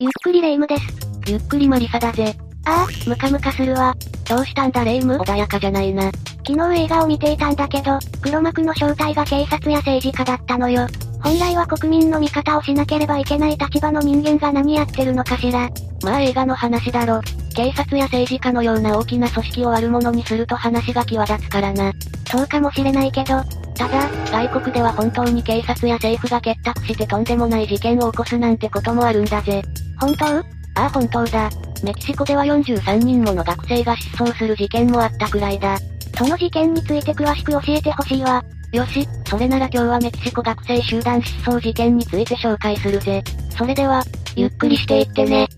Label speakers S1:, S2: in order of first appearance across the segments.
S1: ゆっくりレ夢ムです。
S2: ゆっくりマリサだぜ。
S1: ああ、ムカムカするわ。
S2: どうしたんだレ夢ム穏やかじゃないな。
S1: 昨日映画を見ていたんだけど、黒幕の正体が警察や政治家だったのよ。本来は国民の味方をしなければいけない立場の人間が何やってるのかしら。
S2: まあ映画の話だろ。警察や政治家のような大きな組織を悪者にすると話が際立つからな。
S1: そうかもしれないけど、
S2: ただ、外国では本当に警察や政府が結託してとんでもない事件を起こすなんてこともあるんだぜ。
S1: 本当
S2: ああ本当だ。メキシコでは43人もの学生が失踪する事件もあったくらいだ。
S1: その事件について詳しく教えてほしいわ。
S2: よし、それなら今日はメキシコ学生集団失踪事件について紹介するぜ。それでは、ゆっくりしていってね。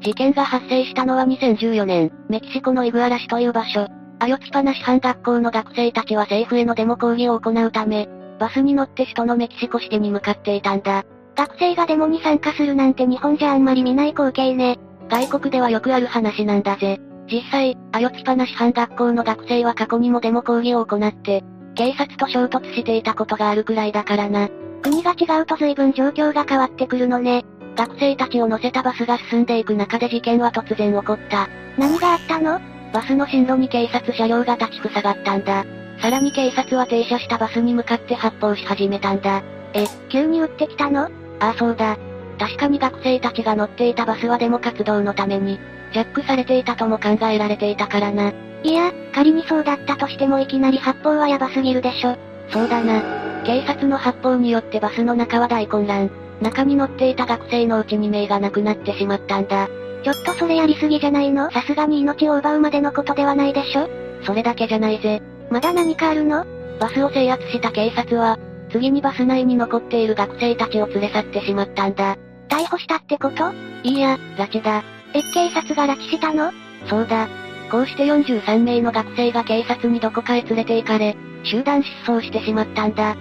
S2: 事件が発生したのは2014年、メキシコのイグアラ市という場所。あよつぱなし班学校の学生たちは政府へのデモ抗議を行うため、バスに乗って首都のメキシコシティに向かっていたんだ。
S1: 学生がデモに参加するなんて日本じゃあんまり見ない光景ね。
S2: 外国ではよくある話なんだぜ。実際、あよつぱなし班学校の学生は過去にもデモ抗議を行って、警察と衝突していたことがあるくらいだからな。
S1: 国が違うと随分状況が変わってくるのね。
S2: 学生たちを乗せたバスが進んでいく中で事件は突然起こった。
S1: 何があったの
S2: バスの進路に警察車両が立ち塞がったんだ。さらに警察は停車したバスに向かって発砲し始めたんだ。
S1: え、急に撃ってきたの
S2: ああそうだ。確かに学生たちが乗っていたバスはデモ活動のために、ジャックされていたとも考えられていたからな。
S1: いや、仮にそうだったとしてもいきなり発砲はヤバすぎるでしょ。
S2: そうだな。警察の発砲によってバスの中は大混乱。中に乗っていた学生のうちに名がなくなってしまったんだ。
S1: ちょっとそれやりすぎじゃないのさすがに命を奪うまでのことではないでしょ
S2: それだけじゃないぜ。
S1: まだ何かあるの
S2: バスを制圧した警察は、次にバス内に残っている学生たちを連れ去ってしまったんだ。
S1: 逮捕したってこと
S2: いや、拉致だ。
S1: え、警察が拉致したの
S2: そうだ。こうして43名の学生が警察にどこかへ連れて行かれ、集団失踪してしまったんだ。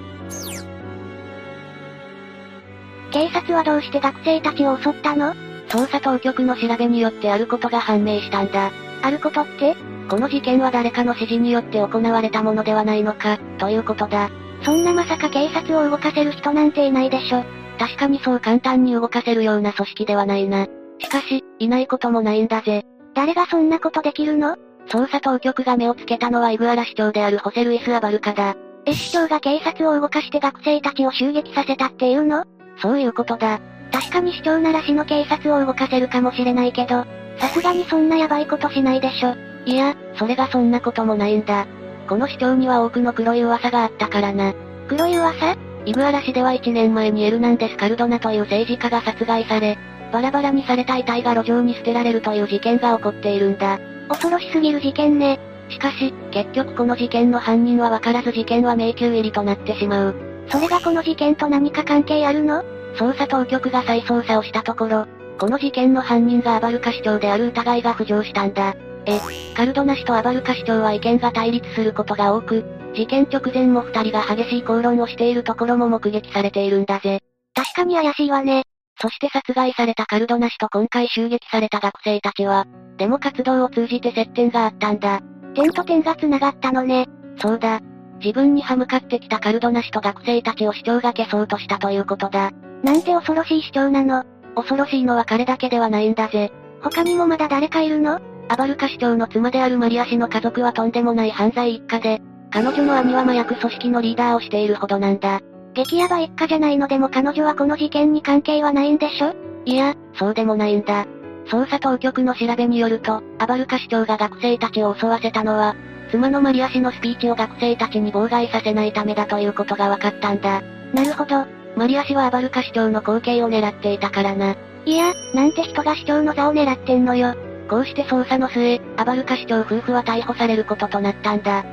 S1: 警察はどうして学生たちを襲ったの
S2: 捜査当局の調べによってあることが判明したんだ。
S1: あることって
S2: この事件は誰かの指示によって行われたものではないのか、ということだ。
S1: そんなまさか警察を動かせる人なんていないでしょ。
S2: 確かにそう簡単に動かせるような組織ではないな。しかし、いないこともないんだぜ。
S1: 誰がそんなことできるの
S2: 捜査当局が目をつけたのはイグアラ市長であるホセルイス・アバルカだ。
S1: え、市長が警察を動かして学生たちを襲撃させたっていうの
S2: そういうことだ。
S1: 確かに市長なら市の警察を動かせるかもしれないけど、さすがにそんなヤバいことしないでしょ。
S2: いや、それがそんなこともないんだ。この市長には多くの黒い噂があったからな。
S1: 黒い噂
S2: イグアラ市では1年前にエルナンデス・カルドナという政治家が殺害され、バラバラにされた遺体が路上に捨てられるという事件が起こっているんだ。
S1: 恐ろしすぎる事件ね。
S2: しかし、結局この事件の犯人はわからず事件は迷宮入りとなってしまう。
S1: それがこの事件と何か関係あるの
S2: 捜査当局が再捜査をしたところ、この事件の犯人がアバルカ市長である疑いが浮上したんだ。え、カルドナ氏とアバルカ市長は意見が対立することが多く、事件直前も二人が激しい口論をしているところも目撃されているんだぜ。
S1: 確かに怪しいわね。
S2: そして殺害されたカルドナ氏と今回襲撃された学生たちは、デモ活動を通じて接点があったんだ。
S1: 点と点が繋がったのね。
S2: そうだ。自分に歯向かってきたカルドナ氏と学生たちを市長が消そうとしたということだ。
S1: なんて恐ろしい市長なの。
S2: 恐ろしいのは彼だけではないんだぜ。
S1: 他にもまだ誰かいるの
S2: アバルカ市長の妻であるマリア氏の家族はとんでもない犯罪一家で、彼女の兄は麻薬組織のリーダーをしているほどなんだ。
S1: 激ヤバ一家じゃないのでも彼女はこの事件に関係はないんでしょ
S2: いや、そうでもないんだ。捜査当局の調べによると、アバルカ市長が学生たちを襲わせたのは、妻のマリア氏のスピーチを学生たちに妨害させないためだということが分かったんだ。
S1: なるほど。
S2: マリア氏はアバルカ市長の後継を狙っていたからな。
S1: いや、なんて人が市長の座を狙ってんのよ。
S2: こうして捜査の末、アバルカ市長夫婦は逮捕されることとなったんだ。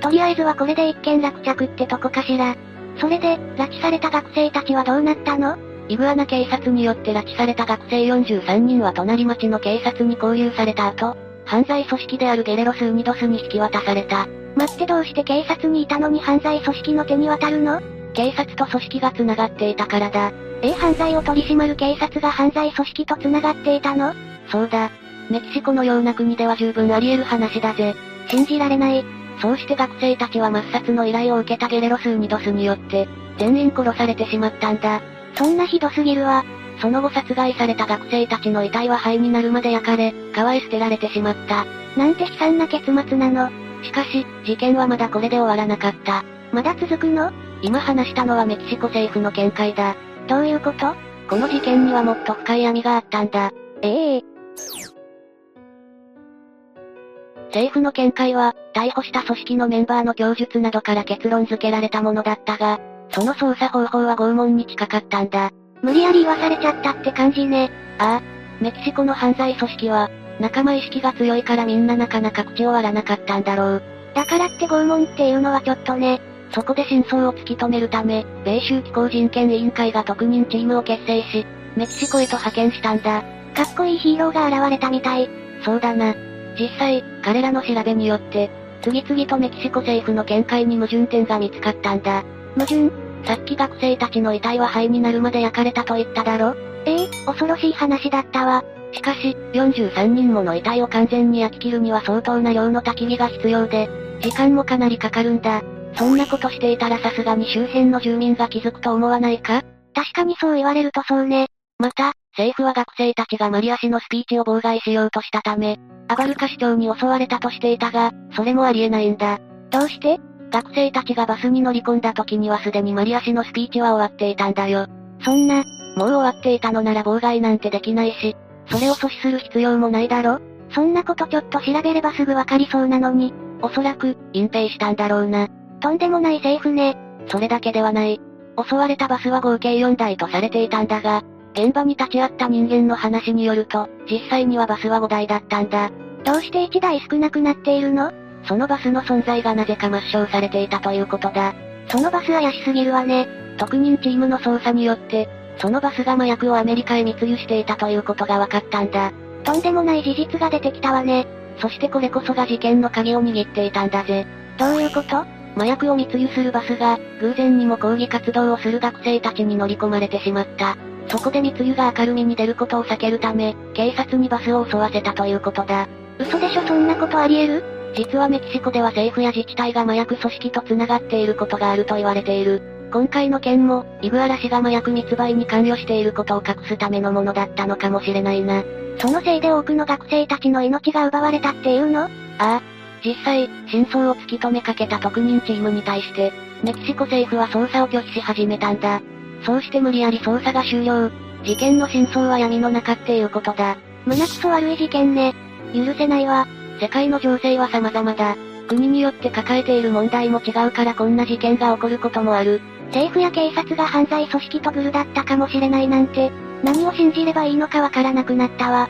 S1: とりあえずはこれで一件落着ってとこかしら。それで、拉致された学生たちはどうなったの
S2: イグアナ警察によって拉致された学生43人は隣町の警察に拘留された後、犯罪組織であるゲレロス・ウニドスに引き渡された。
S1: 待ってどうして警察にいたのに犯罪組織の手に渡るの
S2: 警察と組織が繋がっていたからだ。
S1: え、犯罪を取り締まる警察が犯罪組織と繋がっていたの
S2: そうだ。メキシコのような国では十分あり得る話だぜ。
S1: 信じられない。
S2: そうして学生たちは抹殺の依頼を受けたゲレロスーニドスによって、全員殺されてしまったんだ。
S1: そんなひどすぎるわ。
S2: その後殺害された学生たちの遺体は灰になるまで焼かれ、川へ捨てられてしまった。
S1: なんて悲惨な結末なの。
S2: しかし、事件はまだこれで終わらなかった。
S1: まだ続くの
S2: 今話したのはメキシコ政府の見解だ。
S1: どういうこと
S2: この事件にはもっと深い闇があったんだ。
S1: ええー、
S2: 政府の見解は、逮捕した組織のメンバーの供述などから結論付けられたものだったが、その捜査方法は拷問に近かったんだ。
S1: 無理やり言わされちゃったって感じね。
S2: ああ、メキシコの犯罪組織は、仲間意識が強いからみんななかなか口を割らなかったんだろう。
S1: だからって拷問っていうのはちょっとね。
S2: そこで真相を突き止めるため、米州機構人権委員会が特任チームを結成し、メキシコへと派遣したんだ。
S1: かっこいいヒーローが現れたみたい。
S2: そうだな。実際、彼らの調べによって、次々とメキシコ政府の見解に矛盾点が見つかったんだ。
S1: 矛盾
S2: さっき学生たちの遺体は灰になるまで焼かれたと言っただろ
S1: ええー、恐ろしい話だったわ。
S2: しかし、43人もの遺体を完全に焼き切るには相当な量の焚き火が必要で、時間もかなりかかるんだ。そんなことしていたらさすがに周辺の住民が気づくと思わないか
S1: 確かにそう言われるとそうね。
S2: また、政府は学生たちがマリア氏のスピーチを妨害しようとしたため、アバルカ市長に襲われたとしていたが、それもありえないんだ。
S1: どうして
S2: 学生たちがバスに乗り込んだ時にはすでにマリア氏のスピーチは終わっていたんだよ。
S1: そんな、
S2: もう終わっていたのなら妨害なんてできないし、それを阻止する必要もないだろ
S1: そんなことちょっと調べればすぐわかりそうなのに、
S2: おそらく、隠蔽したんだろうな。
S1: とんでもない政府ね。
S2: それだけではない。襲われたバスは合計4台とされていたんだが、現場に立ち会った人間の話によると、実際にはバスは5台だったんだ。
S1: どうして1台少なくなっているの
S2: そのバスの存在がなぜか抹消されていたということだ。
S1: そのバス怪しすぎるわね。
S2: 特任チームの捜査によって、そのバスが麻薬をアメリカへ密輸していたということが分かったんだ。
S1: とんでもない事実が出てきたわね。
S2: そしてこれこそが事件の鍵を握っていたんだぜ。
S1: どういうこと
S2: 麻薬を密輸するバスが、偶然にも抗議活動をする学生たちに乗り込まれてしまった。そこで密輸が明るみに出ることを避けるため、警察にバスを襲わせたということだ。
S1: 嘘でしょそんなことあり得る
S2: 実はメキシコでは政府や自治体が麻薬組織と繋がっていることがあると言われている。今回の件も、イグアラ氏が麻薬密売に関与していることを隠すためのものだったのかもしれないな。
S1: そのせいで多くの学生たちの命が奪われたっていうのあ
S2: あ。実際、真相を突き止めかけた特任チームに対して、メキシコ政府は捜査を拒否し始めたんだ。そうして無理やり捜査が終了。事件の真相は闇の中っていうことだ。
S1: 胸くそ悪い事件ね。許せないわ。
S2: 世界の情勢は様々だ。国によって抱えている問題も違うからこんな事件が起こることもある。
S1: 政府や警察が犯罪組織とグルだったかもしれないなんて、何を信じればいいのかわからなくなったわ。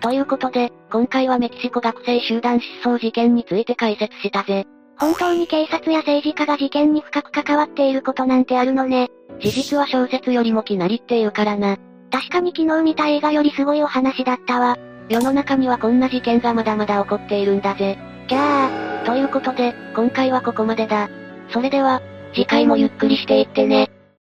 S2: ということで、今回はメキシコ学生集団失踪事件について解説したぜ。
S1: 本当に警察や政治家が事件に深く関わっていることなんてあるのね。
S2: 事実は小説よりもきなりっていうからな。
S1: 確かに昨日見た映画よりすごいお話だったわ。
S2: 世の中にはこんな事件がまだまだ起こっているんだぜ。
S1: キャ
S2: ー。ということで、今回はここまでだ。それでは、次回もゆっくりしていってね。